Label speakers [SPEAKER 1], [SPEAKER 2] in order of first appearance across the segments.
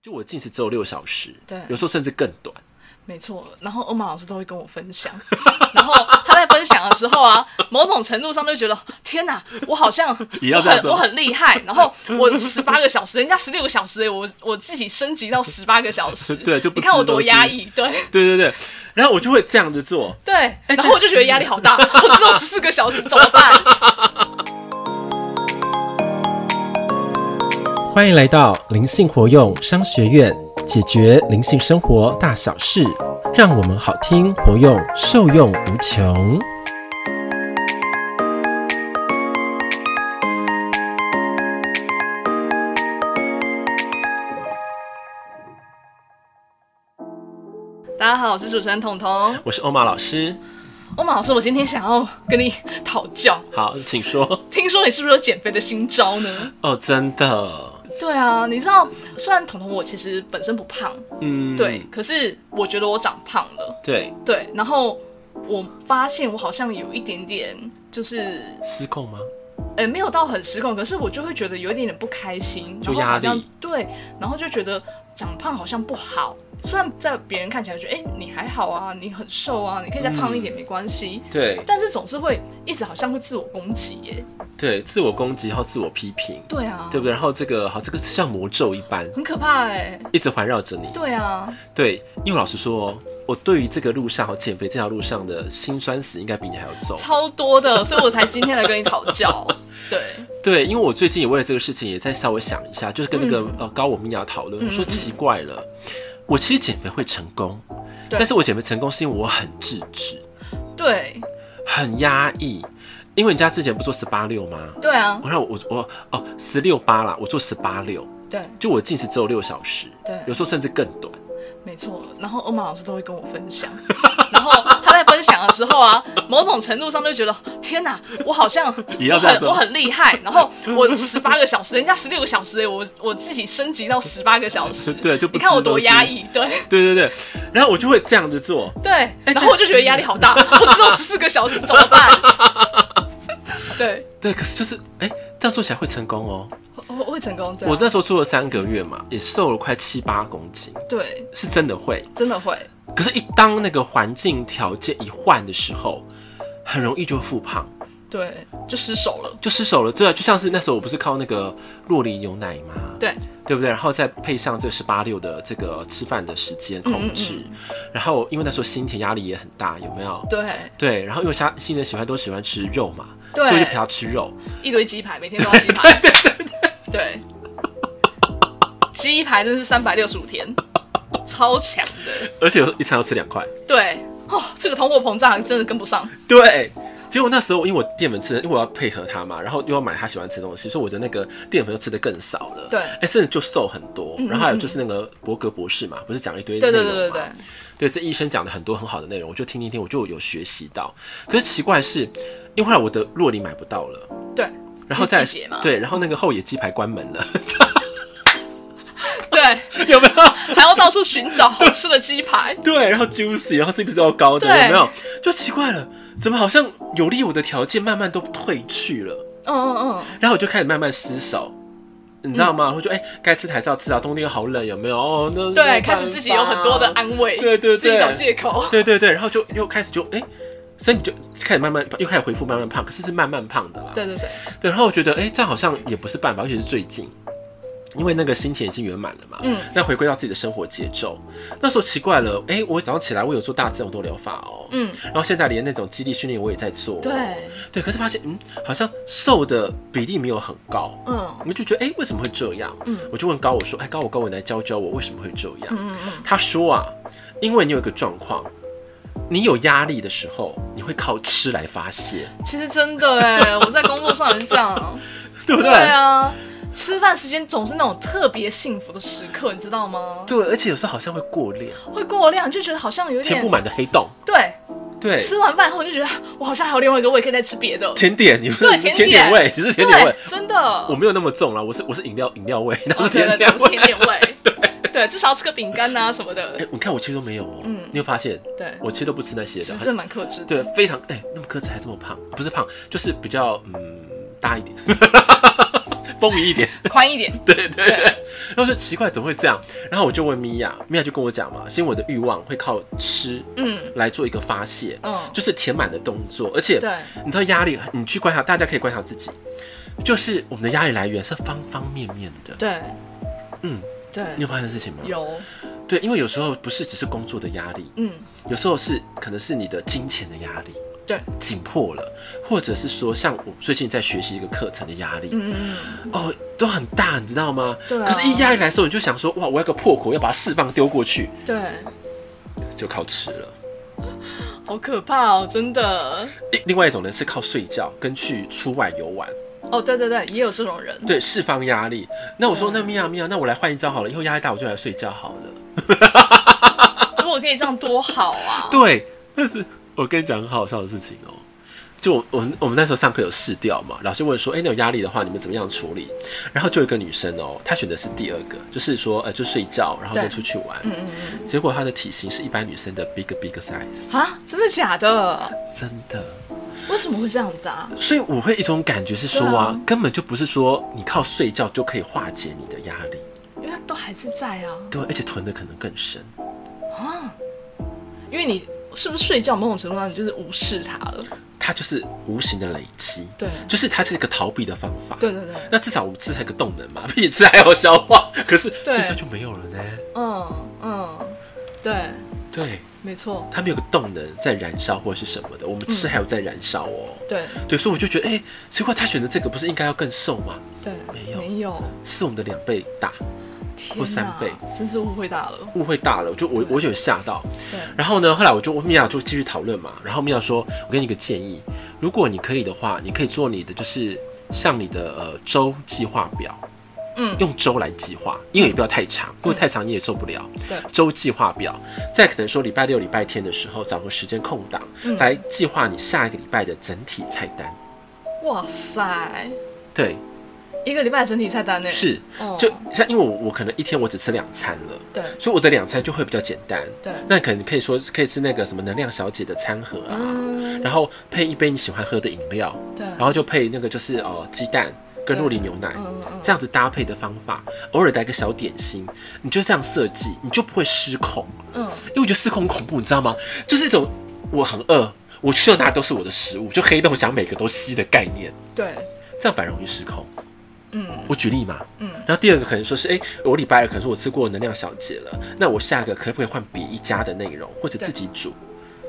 [SPEAKER 1] 就我进食只有六小时，
[SPEAKER 2] 对
[SPEAKER 1] 有时候甚至更短。
[SPEAKER 2] 没错，然后欧玛老师都会跟我分享， 然后他在分享的时候啊，某种程度上就觉得天哪，我好像
[SPEAKER 1] 也要
[SPEAKER 2] 我
[SPEAKER 1] 这样
[SPEAKER 2] 很
[SPEAKER 1] 子
[SPEAKER 2] 我很厉害，然后我十八个小时，人家十六个小时欸，我我自己升级到十八个小时，
[SPEAKER 1] 对就不
[SPEAKER 2] 你看我
[SPEAKER 1] 吃东
[SPEAKER 2] 多
[SPEAKER 1] 西
[SPEAKER 2] 压抑，对
[SPEAKER 1] 对对对，然后我就会这样子做。
[SPEAKER 2] 对，然后我就觉得压力好大，我只有十四个小时怎么办？
[SPEAKER 3] 欢迎来到灵性活用商学院，解决灵性生活大小事，让我们好听活用，受用无穷。
[SPEAKER 2] 大家好，我是主持人彤彤，
[SPEAKER 1] 我是欧玛老师，
[SPEAKER 2] 欧玛老师，我今天想要跟你讨教，
[SPEAKER 1] 好，请说。
[SPEAKER 2] 听说你是不是有减肥的新招呢？
[SPEAKER 1] 哦，真的，
[SPEAKER 2] 对啊，你知道，虽然彤彤我其实本身不胖，
[SPEAKER 1] 嗯，
[SPEAKER 2] 对，可是我觉得我长胖了，
[SPEAKER 1] 对，
[SPEAKER 2] 对，然后我发现我好像有一点点，就是
[SPEAKER 1] 失控吗？
[SPEAKER 2] 呃没有到很失控，可是我就会觉得有一点点不开心，
[SPEAKER 1] 就
[SPEAKER 2] 然后好
[SPEAKER 1] 压
[SPEAKER 2] 像
[SPEAKER 1] 力
[SPEAKER 2] 对，然后就觉得长胖好像不好。虽然在别人看起来觉得，哎、你还好啊，你很瘦啊，你可以再胖一点、没关系，
[SPEAKER 1] 对
[SPEAKER 2] 但是总是会一直好像会自我攻击耶。
[SPEAKER 1] 对，自我攻击然后自我批评，
[SPEAKER 2] 对啊，
[SPEAKER 1] 对不对？然后这个好，这个像魔咒一般，
[SPEAKER 2] 很可怕哎。
[SPEAKER 1] 一直环绕着你。
[SPEAKER 2] 对啊，
[SPEAKER 1] 对，因为老实说哦，我对于这个路上和减肥这条路上的辛酸史，应该比你还要重。
[SPEAKER 2] 超多的，所以我才今天来跟你讨 教。对，
[SPEAKER 1] 对，因为我最近也为了这个事情也在稍微想一下，就是跟那个、
[SPEAKER 2] 嗯
[SPEAKER 1] 呃高我米娅讨论，我说奇怪了，我其实减肥会成功，
[SPEAKER 2] 对
[SPEAKER 1] 但是我减肥成功是因为我很自制，
[SPEAKER 2] 对，
[SPEAKER 1] 很压抑，因为人家之前不做十八六吗？
[SPEAKER 2] 对啊，
[SPEAKER 1] 我让我我我哦十六八啦，我做十八六，
[SPEAKER 2] 对，
[SPEAKER 1] 就我进食只有六小时，
[SPEAKER 2] 对
[SPEAKER 1] 有时候甚至更短。
[SPEAKER 2] 没错。然后欧玛老师都会跟我分享， 然后他在分享的时候啊，某种程度上就觉得天哪，我好像
[SPEAKER 1] 也要
[SPEAKER 2] 我
[SPEAKER 1] 这样
[SPEAKER 2] 很
[SPEAKER 1] 做
[SPEAKER 2] 我很厉害。然后我十八个小时，人家十六个小时欸，我我自己升级到十八个小时，
[SPEAKER 1] 对就不
[SPEAKER 2] 你看我
[SPEAKER 1] 吃东
[SPEAKER 2] 多
[SPEAKER 1] 西
[SPEAKER 2] 压抑，对
[SPEAKER 1] 对对对，然后我就会这样子做，
[SPEAKER 2] 对。然后我就觉得压力好大，我只有十四个小时怎么办？ 对，
[SPEAKER 1] 对，可是就是哎、这样做起来会成功哦。
[SPEAKER 2] 我我会成功，对啊
[SPEAKER 1] 我那时候做了三个月嘛，也瘦了快七八公斤，
[SPEAKER 2] 对
[SPEAKER 1] 是真的会。
[SPEAKER 2] 真的会。
[SPEAKER 1] 可是，一当那个环境条件一换的时候，很容易就复胖，
[SPEAKER 2] 对，就失手了。
[SPEAKER 1] 就失手了。啊这就像是那时候我不是靠那个洛梨牛奶吗？
[SPEAKER 2] 对，
[SPEAKER 1] 对不对？然后再配上这十八六的这个吃饭的时间
[SPEAKER 2] 嗯
[SPEAKER 1] 控制，然后因为那时候心田压力也很大，有没有？
[SPEAKER 2] 对，
[SPEAKER 1] 对，然后因为他新人喜欢都喜欢吃肉嘛，
[SPEAKER 2] 对
[SPEAKER 1] 所以我就陪他吃肉。
[SPEAKER 2] 一堆鸡排，每天都要 鸡排。对对对鸡排真是三百六十五天，超强的。
[SPEAKER 1] 而且有时候一餐要吃两块。
[SPEAKER 2] 对，哦，这个通货膨胀真的跟不上。
[SPEAKER 1] 对，结果那时候因为我淀粉吃的，因为我要配合他嘛，然后又要买他喜欢吃的东西，所以我的那个淀粉就吃的更少了。
[SPEAKER 2] 对
[SPEAKER 1] 哎、甚至就瘦很多。然后还有就是那个伯格博士嘛，不是讲一堆内
[SPEAKER 2] 对
[SPEAKER 1] 容嘛？
[SPEAKER 2] 对对对对，
[SPEAKER 1] 对这医生讲的很多很好的内容，我就听听听，我就有学习到。可是奇怪的是，因为后来我的洛梨买不到了，
[SPEAKER 2] 对
[SPEAKER 1] 然后再
[SPEAKER 2] 因为季节嘛
[SPEAKER 1] 对，然后那个后野鸡排关门了，
[SPEAKER 2] 对，
[SPEAKER 1] 有没有？
[SPEAKER 2] 还要到处寻找好吃的鸡排。
[SPEAKER 1] 对，然后 juicy，然后 CP 值又高的，
[SPEAKER 2] 对
[SPEAKER 1] 有没有？就奇怪了，怎么好像有利我的条件慢慢都退去了？
[SPEAKER 2] 嗯嗯
[SPEAKER 1] 然后我就开始慢慢失手，你知道吗？我就哎，该、吃的还是要吃啊，冬天又好冷，有没有？哦，那
[SPEAKER 2] 嗯，对，开始自己有很多的，啊安慰，
[SPEAKER 1] 对对对
[SPEAKER 2] 自己找借口。
[SPEAKER 1] 对对对，然后就又开始就哎、身体就开始慢慢又开始恢复慢慢胖，可是是慢慢胖的啦。
[SPEAKER 2] 对对对，
[SPEAKER 1] 对，然后我觉得哎、这样好像也不是办法，而且是最近。因为那个心田已经圆满了嘛，嗯，那回归到自己的生活节奏，那时候奇怪了，哎、我早上起来我有做大自然动疗法哦，
[SPEAKER 2] 嗯，
[SPEAKER 1] 然后现在连那种肌力训练我也在做哦，
[SPEAKER 2] 对
[SPEAKER 1] 对，可是发现嗯，好像瘦的比例没有很高，
[SPEAKER 2] 嗯，
[SPEAKER 1] 我就觉得，哎、为什么会这样？我就问高我说，哎，高我高我，你来教教我为什么会这样？
[SPEAKER 2] 嗯
[SPEAKER 1] 他说啊，因为你有一个状况，你有压力的时候，你会靠吃来发泄，
[SPEAKER 2] 其实真的 哎，我在工作上也是这样。
[SPEAKER 1] 对不对？
[SPEAKER 2] 对啊，吃饭时间总是那种特别幸福的时刻，你知道吗？
[SPEAKER 1] 对而且有时候好像会过量，
[SPEAKER 2] 会过量，就觉得好像有
[SPEAKER 1] 填
[SPEAKER 2] 点
[SPEAKER 1] 不满的黑洞，
[SPEAKER 2] 对。
[SPEAKER 1] 对，
[SPEAKER 2] 吃完饭后你就觉得啊我好像还有另外一个胃可以再吃别 的，
[SPEAKER 1] 甜点，你们
[SPEAKER 2] 对
[SPEAKER 1] 甜
[SPEAKER 2] 甜点
[SPEAKER 1] 点味，你是甜点味
[SPEAKER 2] 对，，真的。哦
[SPEAKER 1] 我没有那么重啦，我是我是饮料饮料味，那是
[SPEAKER 2] 哦对
[SPEAKER 1] 甜
[SPEAKER 2] 对
[SPEAKER 1] 点
[SPEAKER 2] 对，我是
[SPEAKER 1] 味
[SPEAKER 2] 甜。点 味，对对，至少要吃个饼干呐什么的
[SPEAKER 1] 哎、，你看我其实都没有哦、你有发现？
[SPEAKER 2] 嗯对
[SPEAKER 1] 我其实都不吃那些的
[SPEAKER 2] 其实，真
[SPEAKER 1] 很
[SPEAKER 2] 的蛮克制的。
[SPEAKER 1] 对，非啊常哎、那么个子还这么胖，不是胖，就是比较嗯大一点， 丰腴一点。
[SPEAKER 2] 宽一点，
[SPEAKER 1] 对对对，然后说奇怪怎么会这样？然后我就问米娅，米娅就跟我讲嘛，是因为我的欲望会靠吃，嗯，来做一个发泄，
[SPEAKER 2] 嗯
[SPEAKER 1] 就是填满的动作，而且
[SPEAKER 2] 对
[SPEAKER 1] 你知道压力，你去观察，大家可以观察自己，就是我们的压力来源是方方面面的，
[SPEAKER 2] 对，
[SPEAKER 1] 嗯，
[SPEAKER 2] 对，
[SPEAKER 1] 你有发现事情吗？
[SPEAKER 2] 有，
[SPEAKER 1] 对，因为有时候不是只是工作的压力，
[SPEAKER 2] 嗯，
[SPEAKER 1] 有时候是可能是你的金钱的压力。
[SPEAKER 2] 对，
[SPEAKER 1] 紧迫了，或者是说像我最近在学习一个课程的压力，
[SPEAKER 2] 嗯嗯嗯，
[SPEAKER 1] 哦，都很大，你知道吗？
[SPEAKER 2] 对啊
[SPEAKER 1] 可是，一压力来的时候，你就想说，哇，我要个破口，要把它释放丢过去，
[SPEAKER 2] 嗯对，
[SPEAKER 1] 就靠吃了。
[SPEAKER 2] 好可怕哦，真的。
[SPEAKER 1] 另另外一种人是靠睡觉跟去出外游玩，
[SPEAKER 2] 哦，对对对，也有这种人。
[SPEAKER 1] 对，释放压力。那我说，
[SPEAKER 2] 对啊
[SPEAKER 1] 那米娅米娅，那我来换一招好了，以后压力大我就来睡觉好了。
[SPEAKER 2] 如果可以这样多好啊！
[SPEAKER 1] 对，但是我跟你讲很好笑的事情哦、就我我们我们那时候上课有试调嘛，老师问说，哎、那有压力的话，你们怎么样处理？然后就有一个女生哦、她选的是第二个，就是说，呃，就睡觉，然后
[SPEAKER 2] 对
[SPEAKER 1] 跟出去玩。
[SPEAKER 2] 嗯嗯嗯
[SPEAKER 1] 结果她的体型是一般女生的 big big size，
[SPEAKER 2] 啊，真的假的？
[SPEAKER 1] 真的。
[SPEAKER 2] 为什么会这样子啊？
[SPEAKER 1] 所以我会一种感觉是说
[SPEAKER 2] 对
[SPEAKER 1] 啊，
[SPEAKER 2] 啊
[SPEAKER 1] 根本就不是说你靠睡觉就可以化解你的压力，
[SPEAKER 2] 因为都还是在啊，
[SPEAKER 1] 对，而且囤的可能更深。
[SPEAKER 2] 因为你是不是睡觉某种程度上你就是无视它了？
[SPEAKER 1] 它就是无形的累积，
[SPEAKER 2] 对
[SPEAKER 1] 就是它是一个逃避的方法。
[SPEAKER 2] 对对对
[SPEAKER 1] 那至少我们吃还有个动能嘛， 比起吃还要消 化，可是
[SPEAKER 2] 对
[SPEAKER 1] 睡觉就没有了呢。
[SPEAKER 2] 嗯嗯，对，
[SPEAKER 1] 对，
[SPEAKER 2] 没错，
[SPEAKER 1] 它没有个动能在燃烧或者是什么的，我们吃还有在燃烧哦。
[SPEAKER 2] 对
[SPEAKER 1] 对，所以我就觉得，哎、奇怪，他选的这个不是应该要更瘦吗？
[SPEAKER 2] 对，
[SPEAKER 1] 没有
[SPEAKER 2] 没有，
[SPEAKER 1] 是我们的两倍大，
[SPEAKER 2] 天
[SPEAKER 1] 或三
[SPEAKER 2] 哪
[SPEAKER 1] 倍，
[SPEAKER 2] 真是误会大了。
[SPEAKER 1] 误会大了，我就我
[SPEAKER 2] 嗯
[SPEAKER 1] 我就有吓到。
[SPEAKER 2] 对，
[SPEAKER 1] 然后呢，后来我就我米娅就继续讨论嘛，然后米娅说，我给你一个建议，如果你可以的话，你可以做你的就是像你的呃周计划表，
[SPEAKER 2] 嗯
[SPEAKER 1] 用周来计划，因为也不要太长，因为太长你也受不了。
[SPEAKER 2] 对
[SPEAKER 1] 周计划表，再可能说礼拜六、礼拜天的时候找个时间空档、
[SPEAKER 2] 嗯
[SPEAKER 1] 来计划你下一个礼拜的整体菜单。
[SPEAKER 2] 哇塞，
[SPEAKER 1] 对，
[SPEAKER 2] 一个礼拜的整体菜单呢？
[SPEAKER 1] 是
[SPEAKER 2] 哦，
[SPEAKER 1] 就像因为我我可能一天我只吃两餐了，
[SPEAKER 2] 对
[SPEAKER 1] 所以我的两餐就会比较简单。
[SPEAKER 2] 对
[SPEAKER 1] 那可能可以说可以吃那个什么能量小姐的餐盒啊，
[SPEAKER 2] 嗯
[SPEAKER 1] 然后配一杯你喜欢喝的饮料，
[SPEAKER 2] 对
[SPEAKER 1] 然后就配那个就是呃鸡蛋跟
[SPEAKER 2] 对
[SPEAKER 1] 肉里牛奶
[SPEAKER 2] 嗯嗯嗯，
[SPEAKER 1] 这样子搭配的方法，偶尔来个小点心，你就这样设计，你就不会失控。
[SPEAKER 2] 嗯，
[SPEAKER 1] 因为我觉得失控很恐怖，你知道吗？就是一种我很饿，我去到哪都是我的食物，就黑洞想每个都吸的概念，
[SPEAKER 2] 对，
[SPEAKER 1] 这样反而容易失控。
[SPEAKER 2] 嗯，
[SPEAKER 1] 我举例嘛，
[SPEAKER 2] 嗯
[SPEAKER 1] 然后第二个可能说是，哎、我礼拜二可能说我吃过能量小姐了，那我下个可不可以换别一家的内容，或者
[SPEAKER 2] 对
[SPEAKER 1] 自己煮？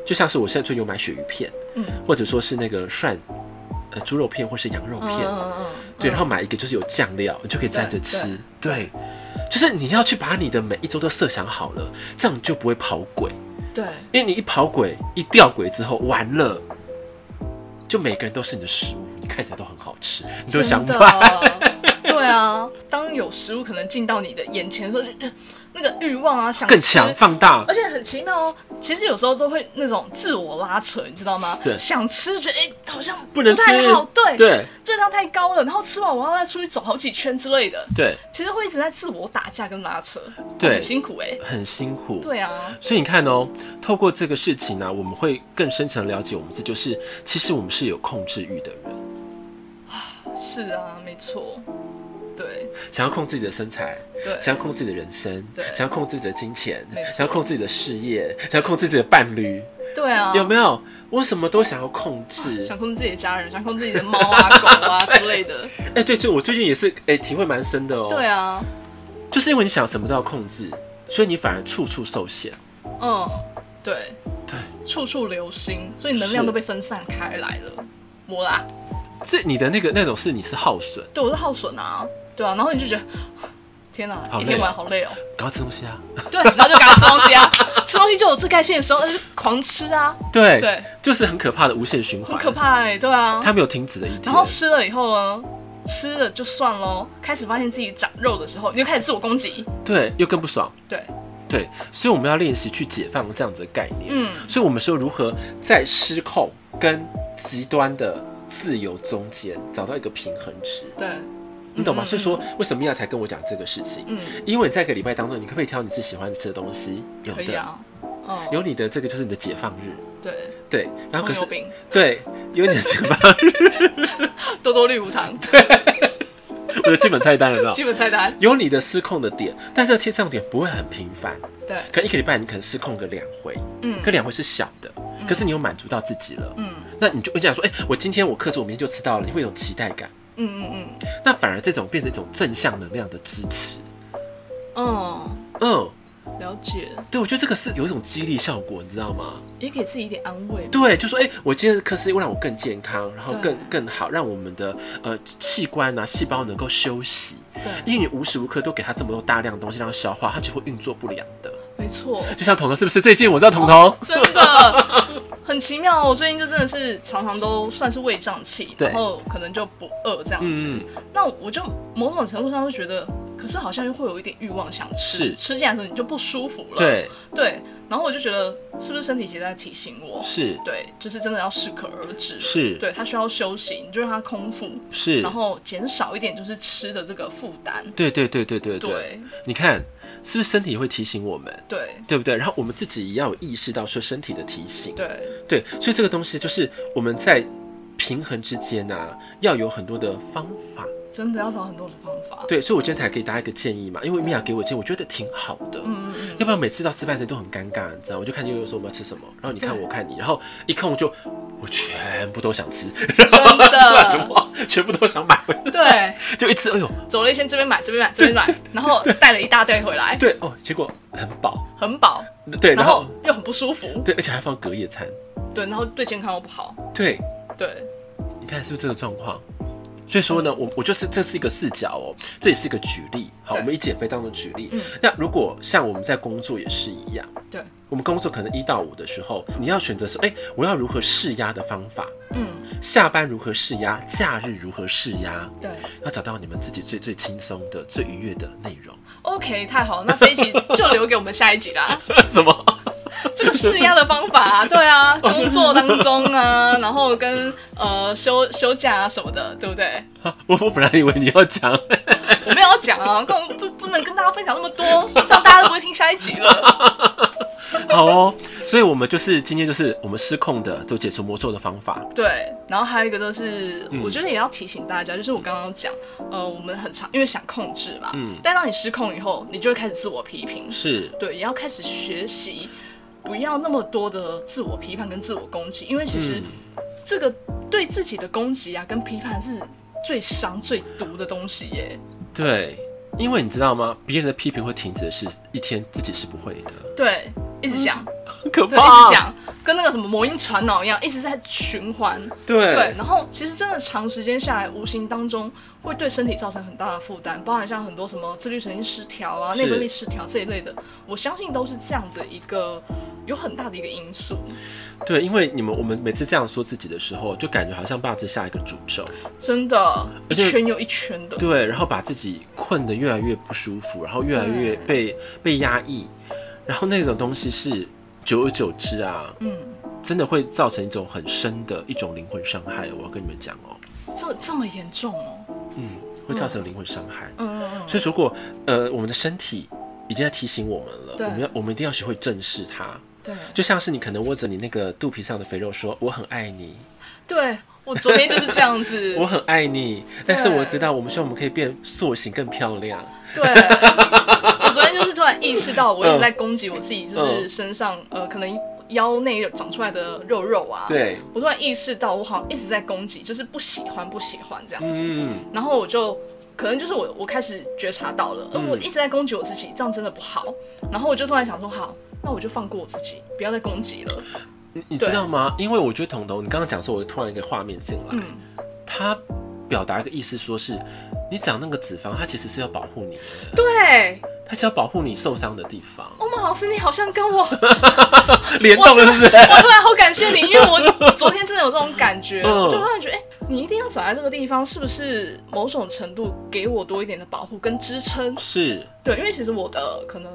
[SPEAKER 1] 就像是我现在最近有买鳕鱼片，
[SPEAKER 2] 嗯，
[SPEAKER 1] 或者说是那个涮，呃，猪肉片或是羊肉片，
[SPEAKER 2] 嗯嗯嗯，
[SPEAKER 1] 对，然后买一个就是有酱料，你就可以蘸着
[SPEAKER 2] 对
[SPEAKER 1] 吃，对，就是你要去把你的每一周都设想好了，这样你就不会跑轨，
[SPEAKER 2] 对，
[SPEAKER 1] 因为你一跑轨、一掉轨之后，完了，就每个人都是你的食物，你看起来都很好吃，你就想
[SPEAKER 2] 真
[SPEAKER 1] 买。
[SPEAKER 2] 的，哦对啊，当有食物可能进到你的眼前的时候，就呃那个欲望啊，想
[SPEAKER 1] 更
[SPEAKER 2] 吃
[SPEAKER 1] 强放 大
[SPEAKER 2] 而，且很奇妙哦，其实有时候都会那种自我拉扯，你知道吗？
[SPEAKER 1] 对
[SPEAKER 2] 想吃觉得哎、好像
[SPEAKER 1] 不能吃
[SPEAKER 2] 太好，对
[SPEAKER 1] 对
[SPEAKER 2] 热量太高了，然后吃完我要再出去走好几圈之类的，
[SPEAKER 1] 对，
[SPEAKER 2] 其实会一直在自我打架跟拉扯，
[SPEAKER 1] 对
[SPEAKER 2] 很辛苦哎、
[SPEAKER 1] 很辛苦。
[SPEAKER 2] 对啊，
[SPEAKER 1] 所以你看哦，透过这个事情呢、我们会更深层了解我们自己，就是其实我们是有控制欲的人，
[SPEAKER 2] 是啊，没错，对
[SPEAKER 1] 想要控制自己的身材，
[SPEAKER 2] 对，
[SPEAKER 1] 想要控制自己的人生
[SPEAKER 2] 对，
[SPEAKER 1] 想要控制自己的金钱
[SPEAKER 2] 没错，
[SPEAKER 1] 想要控制自己的事业，想要控制自己的伴侣，
[SPEAKER 2] 对啊，
[SPEAKER 1] 有没有？我什么都想要控制。
[SPEAKER 2] 想控制自己的家人，想控制自己的猫啊、狗啊之类的，
[SPEAKER 1] 哎、对，就我最近也是，哎、体会蛮深的 哦。
[SPEAKER 2] 对，啊，
[SPEAKER 1] 就是因为你想什么都要控制，所以你反而处处受限。
[SPEAKER 2] 嗯，对，
[SPEAKER 1] 对，
[SPEAKER 2] 处处留心，所以能量
[SPEAKER 1] 是
[SPEAKER 2] 都被分散开来了，我啦。
[SPEAKER 1] 这你的那个那种是你是耗损，
[SPEAKER 2] 对，我是耗损啊，对啊，然后你就觉得， 天哪、
[SPEAKER 1] 好
[SPEAKER 2] 一
[SPEAKER 1] 累
[SPEAKER 2] 天
[SPEAKER 1] 哦
[SPEAKER 2] 玩好累哦，
[SPEAKER 1] 赶快吃东西啊。
[SPEAKER 2] 对，然后就赶快吃东西 啊，吃东西就有最开心的时候，那就是狂吃啊，
[SPEAKER 1] 对
[SPEAKER 2] 对，
[SPEAKER 1] 就是很可怕的无限循环，
[SPEAKER 2] 很可，怕哎、对啊，
[SPEAKER 1] 它没有停止的一天。
[SPEAKER 2] 然后吃了以后呢，吃了就算喽，开始发现自己长肉的时候，你就开始自我攻击，
[SPEAKER 1] 对，又更不爽。
[SPEAKER 2] 对，
[SPEAKER 1] 对，所以我们要练习去解放这样子的概念。
[SPEAKER 2] 嗯，
[SPEAKER 1] 所以我们说如何在失控跟极端的自由中间找到一个平衡值，
[SPEAKER 2] 对，
[SPEAKER 1] 你懂吗？
[SPEAKER 2] 嗯嗯
[SPEAKER 1] 所以说为什么米娅才跟我讲这个事情？
[SPEAKER 2] 嗯，
[SPEAKER 1] 因为你在一个礼拜当中，你可不可以挑你自己喜欢吃的东西？有
[SPEAKER 2] 可以
[SPEAKER 1] 的，
[SPEAKER 2] 啊，哦，
[SPEAKER 1] 有你的这个就是你的解放日。
[SPEAKER 2] 对，
[SPEAKER 1] 对，然后
[SPEAKER 2] 葱
[SPEAKER 1] 可
[SPEAKER 2] 油
[SPEAKER 1] 是
[SPEAKER 2] 饼，
[SPEAKER 1] 对，有你的解放，
[SPEAKER 2] 多多绿无糖，
[SPEAKER 1] 我有基本菜单有没有？
[SPEAKER 2] 基本菜单。
[SPEAKER 1] 有你的失控的点，但是贴上点不会很频繁，
[SPEAKER 2] 对，
[SPEAKER 1] 可能一个礼拜你可能失控个两回，
[SPEAKER 2] 嗯
[SPEAKER 1] 可两回是小的，可是你有满足到自己了，
[SPEAKER 2] 嗯
[SPEAKER 1] 那你就会这样说，哎、我今天我克制，我明天就吃到了，你会有期待感，
[SPEAKER 2] 嗯嗯嗯
[SPEAKER 1] 那反而这种变成一种正向能量的支持，
[SPEAKER 2] 嗯，
[SPEAKER 1] 嗯，
[SPEAKER 2] 了解，
[SPEAKER 1] 对，我觉得这个是有一种激励效果，你知道吗？
[SPEAKER 2] 也给自己一点安慰。
[SPEAKER 1] 对，就说哎、我今天的科室会让我更健康，然后
[SPEAKER 2] 对
[SPEAKER 1] 更更好，让我们的呃器官啊细胞能够休息，
[SPEAKER 2] 对，
[SPEAKER 1] 因为你无时无刻都给它这么多大量的东西让它消化，它就会运作不良的。
[SPEAKER 2] 没错，
[SPEAKER 1] 就像彤彤是不是？最近我知道彤彤，
[SPEAKER 2] 真的很奇妙。我最近就真的是常常都算是胃胀气，
[SPEAKER 1] 对
[SPEAKER 2] 然后可能就不饿这样子。
[SPEAKER 1] 嗯，
[SPEAKER 2] 那我就某种程度上会觉得，可是好像又会有一点欲望想吃，
[SPEAKER 1] 是
[SPEAKER 2] 吃进来的时候你就不舒服了。
[SPEAKER 1] 对，
[SPEAKER 2] 对然后我就觉得是不是身体其实在提醒我？
[SPEAKER 1] 是
[SPEAKER 2] 对，就是真的要适可而止。
[SPEAKER 1] 是
[SPEAKER 2] 对他需要休息，你就让他空腹，
[SPEAKER 1] 是
[SPEAKER 2] 然，后减少一点就是吃的这个负担。
[SPEAKER 1] 对对对对对对，
[SPEAKER 2] 对
[SPEAKER 1] 你看是不是身体会提醒我们？
[SPEAKER 2] 对
[SPEAKER 1] 对不对？然后我们自己也要有意识到说身体的提醒，
[SPEAKER 2] 对，
[SPEAKER 1] 对，所以这个东西就是我们在平衡之间呢、啊，要有很多的方法。
[SPEAKER 2] 真的要找很多的方法。
[SPEAKER 1] 对，所以我今天才给大家一个建议嘛，因为米娅给我建议，我觉得挺好的。
[SPEAKER 2] 嗯嗯
[SPEAKER 1] 要不然每次到吃饭时间都很尴尬，你知道吗？我就看悠悠说我们要吃什么，然后你看
[SPEAKER 2] 对
[SPEAKER 1] 我看你，然后一空就我全部都想吃，
[SPEAKER 2] 嗯，真
[SPEAKER 1] 全
[SPEAKER 2] 的，
[SPEAKER 1] 部全部都想买回来，
[SPEAKER 2] 嗯对，
[SPEAKER 1] 就一吃，哎呦，
[SPEAKER 2] 走了一圈这边买这边买这边买，然后带了一大堆回来，
[SPEAKER 1] 对哦，结果很饱，
[SPEAKER 2] 很饱，
[SPEAKER 1] 对，然
[SPEAKER 2] 然后
[SPEAKER 1] 后
[SPEAKER 2] 又很不舒服，
[SPEAKER 1] 对，而且还放隔夜餐，
[SPEAKER 2] 对，然后对健康又不好，
[SPEAKER 1] 对，
[SPEAKER 2] 对
[SPEAKER 1] 你看是不是这个状况？所以说呢，我我就是这是一个视角哦，这也是一个举例。好，
[SPEAKER 2] 嗯对
[SPEAKER 1] 我们以减肥当做举例。
[SPEAKER 2] 嗯
[SPEAKER 1] 那如果像我们在工作也是一样，
[SPEAKER 2] 对，
[SPEAKER 1] 我们工作可能一到五的时候，你要选择说，哎、我要如何释压的方法，
[SPEAKER 2] 嗯，
[SPEAKER 1] 下班如何释压，假日如何释压，
[SPEAKER 2] 对
[SPEAKER 1] 要找到你们自己最最轻松的、最愉悦的内容。
[SPEAKER 2] ，OK，太好了，那这一集就留给我们下一集 啦。
[SPEAKER 1] 什么？
[SPEAKER 2] 这个释压的方法、啊，对啊，
[SPEAKER 1] 哦
[SPEAKER 2] 工作当中啊，然后跟呃休休假啊什么的，对不对？
[SPEAKER 1] 我我本来以为你要讲，
[SPEAKER 2] 我没有要讲啊，跟我不不能跟大家分享那么多，这样大家都不会听下一集了。
[SPEAKER 1] 好哦。所以我们就是今天就是我们失控的，就解除魔咒的方法。
[SPEAKER 2] 对，然后还有一个就是，
[SPEAKER 1] 嗯
[SPEAKER 2] 我觉得也要提醒大家，就是我刚刚讲，呃，我们很常因为想控制嘛，
[SPEAKER 1] 嗯
[SPEAKER 2] 但当你失控以后，你就会开始自我批评，
[SPEAKER 1] 是，
[SPEAKER 2] 对，也要开始学习，不要那么多的自我批判跟自我攻击，因为其实
[SPEAKER 1] 嗯
[SPEAKER 2] 这个对自己的攻击啊跟批判是最伤最毒的东西耶。
[SPEAKER 1] 对，因为你知道吗？别人的批评会停止的是一天，自己是不会的，
[SPEAKER 2] 对，一直讲，
[SPEAKER 1] 很可
[SPEAKER 2] 对，一直。讲，跟那个什么魔音传脑一样，一直在循环。
[SPEAKER 1] 对
[SPEAKER 2] 对，然后其实真的长时间下来，无形当中会对身体造成很大的负担，包含像很多什么自律神经失调啊、
[SPEAKER 1] 是
[SPEAKER 2] 内分泌失调这一类的，我相信都是这样的一个有很大的一个因素。
[SPEAKER 1] 对，因为你们我们每次这样说自己的时候，就感觉好像爸只下一个诅咒，
[SPEAKER 2] 真的，一
[SPEAKER 1] 而且
[SPEAKER 2] 圈又一圈的。
[SPEAKER 1] 对，然后把自己困得越来越不舒服，然后越来越被被压抑，然后那种东西是久而久之啊，
[SPEAKER 2] 嗯，
[SPEAKER 1] 真的会造成一种很深的一种灵魂伤害。我要跟你们讲哦，
[SPEAKER 2] 这这么严重哦。
[SPEAKER 1] 嗯，会造成灵魂伤害。
[SPEAKER 2] 嗯嗯
[SPEAKER 1] 所以如果呃我们的身体已经在提醒我们了，
[SPEAKER 2] 对
[SPEAKER 1] 我们要我们一定要学会正视它。
[SPEAKER 2] 嗯，对
[SPEAKER 1] 就像是你可能握着你那个肚皮上的肥肉说：“我很爱你，。
[SPEAKER 2] 对，我昨天就是这样子
[SPEAKER 1] 我很爱你。”但是我知道，我们希望我们可以变塑形更漂亮。
[SPEAKER 2] 对，我昨天就是突然意识到，我一直在攻击我自己，就是
[SPEAKER 1] 嗯
[SPEAKER 2] 身上、呃可能腰内有长出来的肉肉啊。，
[SPEAKER 1] 对，
[SPEAKER 2] 我突然意识到，我好像一直在攻击，就是不喜欢不喜欢这样子，
[SPEAKER 1] 嗯，
[SPEAKER 2] 然后我就。可能就是我，我开始觉察到了，而
[SPEAKER 1] 嗯
[SPEAKER 2] 我一直在攻击我自己，这样真的不好。然后我就突然想说，好，那我就放过我自己，不要再攻击了。
[SPEAKER 1] 你你
[SPEAKER 2] 对
[SPEAKER 1] 知道吗？因为我觉得彤彤，你刚刚讲说，我突然一个画面进来，
[SPEAKER 2] 嗯，
[SPEAKER 1] 他表达一个意思，说是你长那个脂肪，它其实是要保护你的，
[SPEAKER 2] 对，
[SPEAKER 1] 它是要保护你受伤的地方，
[SPEAKER 2] 欧哦梦老师，你好像 跟 我，
[SPEAKER 1] 联动了是不是？
[SPEAKER 2] 我突然好感谢你，因为我昨天真的有这种感觉，
[SPEAKER 1] 嗯
[SPEAKER 2] 我就突然觉得，哎、你一定要长在这个地方，是不是某种程度给我多一点的保护跟支撑？
[SPEAKER 1] 是
[SPEAKER 2] 对，因为其实我的可能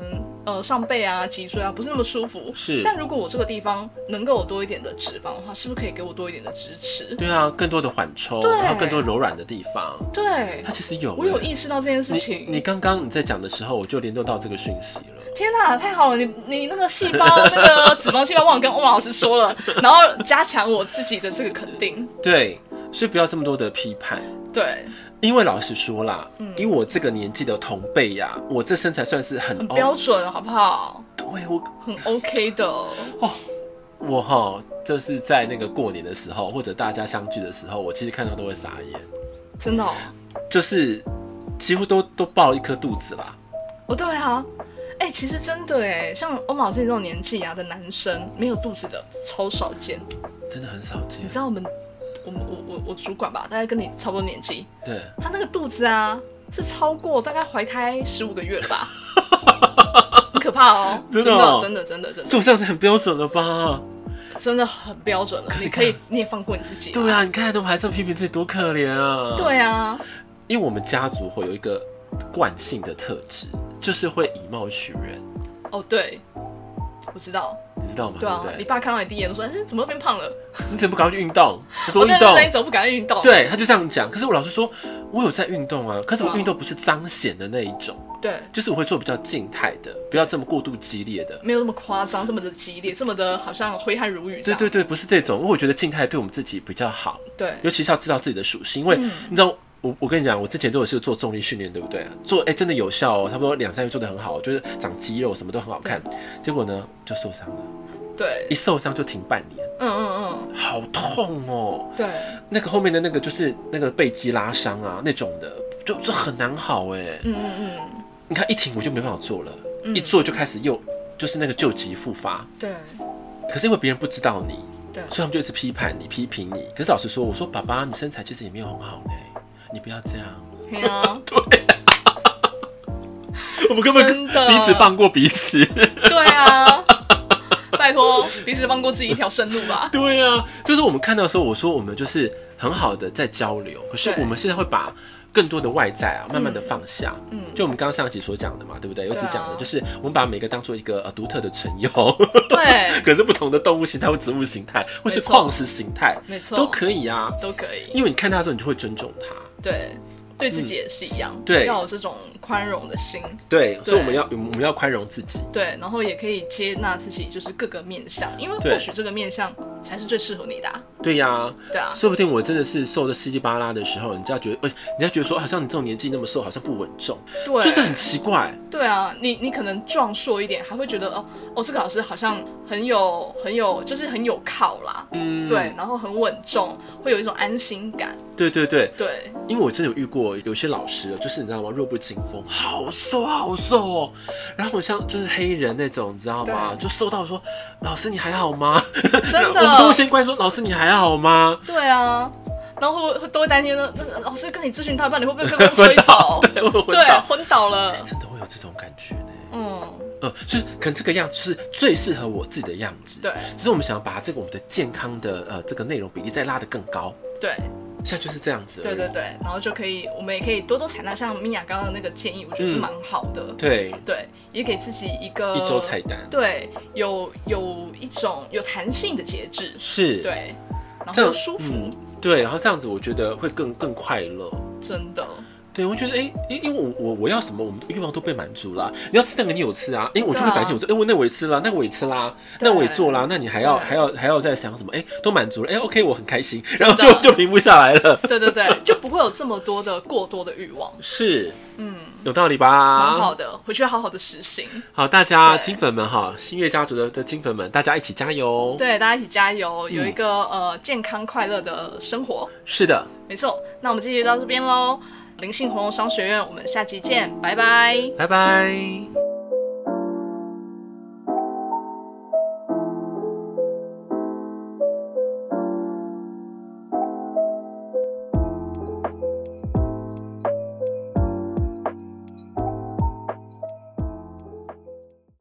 [SPEAKER 2] 呃上背啊、脊椎啊不是那么舒服，
[SPEAKER 1] 是
[SPEAKER 2] 但如果我这个地方能够有多一点的脂肪的话，是不是可以给我多一点的支持？
[SPEAKER 1] 对啊，更多的缓冲，
[SPEAKER 2] 对
[SPEAKER 1] 然后更多柔软的地方，
[SPEAKER 2] 对
[SPEAKER 1] 它，其实有欸。
[SPEAKER 2] 我有意识到这件事情。
[SPEAKER 1] 你刚刚你在讲的时候，我就联络到这个讯息了。
[SPEAKER 2] 天哪，太好了！你你那个细胞那个脂肪细胞忘了跟欧盟老师说了，然后加强我自己的这个肯定。
[SPEAKER 1] 对，所以不要这么多的批判。
[SPEAKER 2] 对，
[SPEAKER 1] 因为老实说啦，
[SPEAKER 2] 嗯
[SPEAKER 1] 以我这个年纪的同辈呀、我这身材算是很
[SPEAKER 2] 很
[SPEAKER 1] 哦
[SPEAKER 2] 标准，好不好？
[SPEAKER 1] 对我
[SPEAKER 2] 很 OK 的，
[SPEAKER 1] 我哈，就是在那个过年的时候，或者大家相聚的时候，我其实看到都会傻眼，
[SPEAKER 2] 真的哦。
[SPEAKER 1] 就是几乎都都抱一颗肚子啦。
[SPEAKER 2] 哦，对啊，哎、其实真的哎，像欧马自己这种年纪啊的男生，没有肚子的超少见。
[SPEAKER 1] 真的很少见
[SPEAKER 2] 你知，道我们，我们我我我主管吧，大概跟你差不多年纪，
[SPEAKER 1] 对，
[SPEAKER 2] 他那个肚子啊是超过大概怀胎十五个月 了吧，很可怕哦，
[SPEAKER 1] 真的哦
[SPEAKER 2] 真的真的真的
[SPEAKER 1] 所以我这样子很标准了吧？
[SPEAKER 2] 真的很标准了，
[SPEAKER 1] 是
[SPEAKER 2] 你
[SPEAKER 1] 你
[SPEAKER 2] 可以
[SPEAKER 1] 看
[SPEAKER 2] 你也放过你自己，
[SPEAKER 1] 对啊，你看他们还是批评自己多可怜啊。，
[SPEAKER 2] 对啊，
[SPEAKER 1] 因为我们家族会有一个惯性的特质，就是会以貌取人，
[SPEAKER 2] 哦对，我知道，
[SPEAKER 1] 你知道吗？
[SPEAKER 2] 对啊
[SPEAKER 1] 不，对
[SPEAKER 2] 你？爸看到你第一眼都说，嗯，怎么都变胖了？
[SPEAKER 1] 你怎么不赶快去运动？
[SPEAKER 2] 哦
[SPEAKER 1] 多运
[SPEAKER 2] 对
[SPEAKER 1] 动
[SPEAKER 2] 对，对，你怎么不敢运动？
[SPEAKER 1] 对，他就这样讲。可是我老实说，我有在运动啊，可是我
[SPEAKER 2] 对啊
[SPEAKER 1] 运动不是彰显的那一种，
[SPEAKER 2] 对，
[SPEAKER 1] 就是我会做比较静态的，不要这么过度激烈的。
[SPEAKER 2] 没有那么夸张，这么的激烈，这么的好像挥汗如雨这
[SPEAKER 1] 对
[SPEAKER 2] 样。
[SPEAKER 1] 对对，不是这种，因为我觉得静态对我们自己比较好，
[SPEAKER 2] 对
[SPEAKER 1] 尤其是要知道自己的属性，因为
[SPEAKER 2] 嗯
[SPEAKER 1] 你知道。我我跟你讲，我之前都有是做重力训练，对不对？做哎、真的有效哦，差不多两三个月做的很好，就是长肌肉，什么都很好看。
[SPEAKER 2] 嗯
[SPEAKER 1] 结果呢，就受伤了，
[SPEAKER 2] 对
[SPEAKER 1] 一受伤就停半年，
[SPEAKER 2] 嗯嗯
[SPEAKER 1] 好痛哦。
[SPEAKER 2] 嗯，对，
[SPEAKER 1] 那个后面的那个就是那个背肌拉伤啊，那种的，就就很难好哎。
[SPEAKER 2] 嗯嗯嗯，
[SPEAKER 1] 你看一停我就没办法做了，一做就开始又就是那个旧疾复发。
[SPEAKER 2] 对
[SPEAKER 1] 可是因为别人不知道你，
[SPEAKER 2] 对
[SPEAKER 1] 所以他们就一直批判你、批评你。可是老实说，我说爸爸，你身材其实也没有很好呢，你不要这样。
[SPEAKER 2] 对啊，
[SPEAKER 1] 我们根本
[SPEAKER 2] 真的
[SPEAKER 1] 彼此放过彼此。
[SPEAKER 2] 对啊，拜托，彼此放过自己一条生路吧。
[SPEAKER 1] 对啊，就是我们看到的时候，我说我们就是很好的在交流，可是
[SPEAKER 2] 对
[SPEAKER 1] 我们现在会把。更多的外在啊，慢慢的放下。嗯，就我们刚刚上一集所讲的嘛，对不对？有几
[SPEAKER 2] 对啊
[SPEAKER 1] 讲的，就是我们把每个当做一个呃独特的存有，
[SPEAKER 2] 对，
[SPEAKER 1] 可是不同的动物形态或植物形态，或是
[SPEAKER 2] 没错
[SPEAKER 1] 矿石形态，
[SPEAKER 2] 没错
[SPEAKER 1] 都可以啊。
[SPEAKER 2] 都可以。
[SPEAKER 1] 因为你看它的时候，你就会尊重它。
[SPEAKER 2] 对，对自己也是一样，
[SPEAKER 1] 嗯对
[SPEAKER 2] 要有这种宽容的心。
[SPEAKER 1] 对，所以
[SPEAKER 2] 对
[SPEAKER 1] 我们要我们要宽容自己。
[SPEAKER 2] 对，然后也可以接纳自己，就是各个面相，因为
[SPEAKER 1] 对
[SPEAKER 2] 或许这个面相才是最适合你的、啊。
[SPEAKER 1] 对呀、
[SPEAKER 2] 对啊，
[SPEAKER 1] 说不定我真的是瘦的稀里巴拉的时候，人家觉得，哎、人家觉得说，好像你这种年纪那么瘦，好像不稳重，
[SPEAKER 2] 对，
[SPEAKER 1] 就是很奇怪。
[SPEAKER 2] 对啊，你你可能壮硕一点，还会觉得哦哦，这个老师好像很有很有，就是很有靠啦，嗯，对，然后很稳重，会有一种安心感，
[SPEAKER 1] 对对对，
[SPEAKER 2] 对，
[SPEAKER 1] 因为我真的有遇过有些老师，就是你知道吗？弱不禁风，好瘦好瘦哦。然后我像就是黑人那种，你知道吗？
[SPEAKER 2] 对
[SPEAKER 1] 就瘦到说，老师你还好吗？
[SPEAKER 2] 真
[SPEAKER 1] 我们都会
[SPEAKER 2] 的，
[SPEAKER 1] 先关心说，老师你还好吗？
[SPEAKER 2] 对啊，然后会会都会担心那那个老师跟你咨询到一半，你会 不会被风吹走？
[SPEAKER 1] 对，哎我昏
[SPEAKER 2] 对，
[SPEAKER 1] 倒，
[SPEAKER 2] 昏倒了，
[SPEAKER 1] 哎真的会有这种感觉呢。
[SPEAKER 2] 嗯，
[SPEAKER 1] 呃，就是可能这个样子是最适合我自己的样子。
[SPEAKER 2] 对
[SPEAKER 1] 只是我们想要把这个我们的健康的呃这个内容比例再拉得更高，
[SPEAKER 2] 对
[SPEAKER 1] 现在就是这样子而
[SPEAKER 2] 对
[SPEAKER 1] 已。
[SPEAKER 2] 对对，然后就可以，我们也可以多多采纳像米娅刚刚的那个建议，我觉得是
[SPEAKER 1] 嗯
[SPEAKER 2] 蛮好的，
[SPEAKER 1] 对
[SPEAKER 2] 对，嗯也给自己一个
[SPEAKER 1] 一周菜单
[SPEAKER 2] 对，有有一种有弹性的节制，
[SPEAKER 1] 是，
[SPEAKER 2] 对，然
[SPEAKER 1] 这
[SPEAKER 2] 后
[SPEAKER 1] 样
[SPEAKER 2] 舒服，
[SPEAKER 1] 嗯对，然后这样子我觉得会更更快乐。
[SPEAKER 2] 真的，
[SPEAKER 1] 对，我觉得哎、因因为我我我要什么，我们的欲望都被满足啦。你要吃那个，你有吃啊？哎、我就会
[SPEAKER 2] 对啊
[SPEAKER 1] 反省我说，哎、我那我也吃啦，那我也吃啦，那我也做啦，那你还要
[SPEAKER 2] 对
[SPEAKER 1] 还要还要再想什么？哎、都满足了，哎、o k 我很开心，然后
[SPEAKER 2] 真
[SPEAKER 1] 就
[SPEAKER 2] 的
[SPEAKER 1] 就停不下来了。
[SPEAKER 2] 对对对，就不会有这么多的过多的欲 望，
[SPEAKER 1] 是，嗯，有道理吧？
[SPEAKER 2] 蛮好的，回去好好的实行，
[SPEAKER 1] 好，大家
[SPEAKER 2] 对
[SPEAKER 1] 金粉们哈，新月家族的的金粉们，大家一起加油！，
[SPEAKER 2] 对，大家一起加
[SPEAKER 1] 嗯
[SPEAKER 2] 油，有一个、呃健康快乐的生活，
[SPEAKER 1] 是的，
[SPEAKER 2] 没错，那我们这集就到这边喽，灵性红龙商学院，我们下集见，拜拜。
[SPEAKER 1] 拜拜。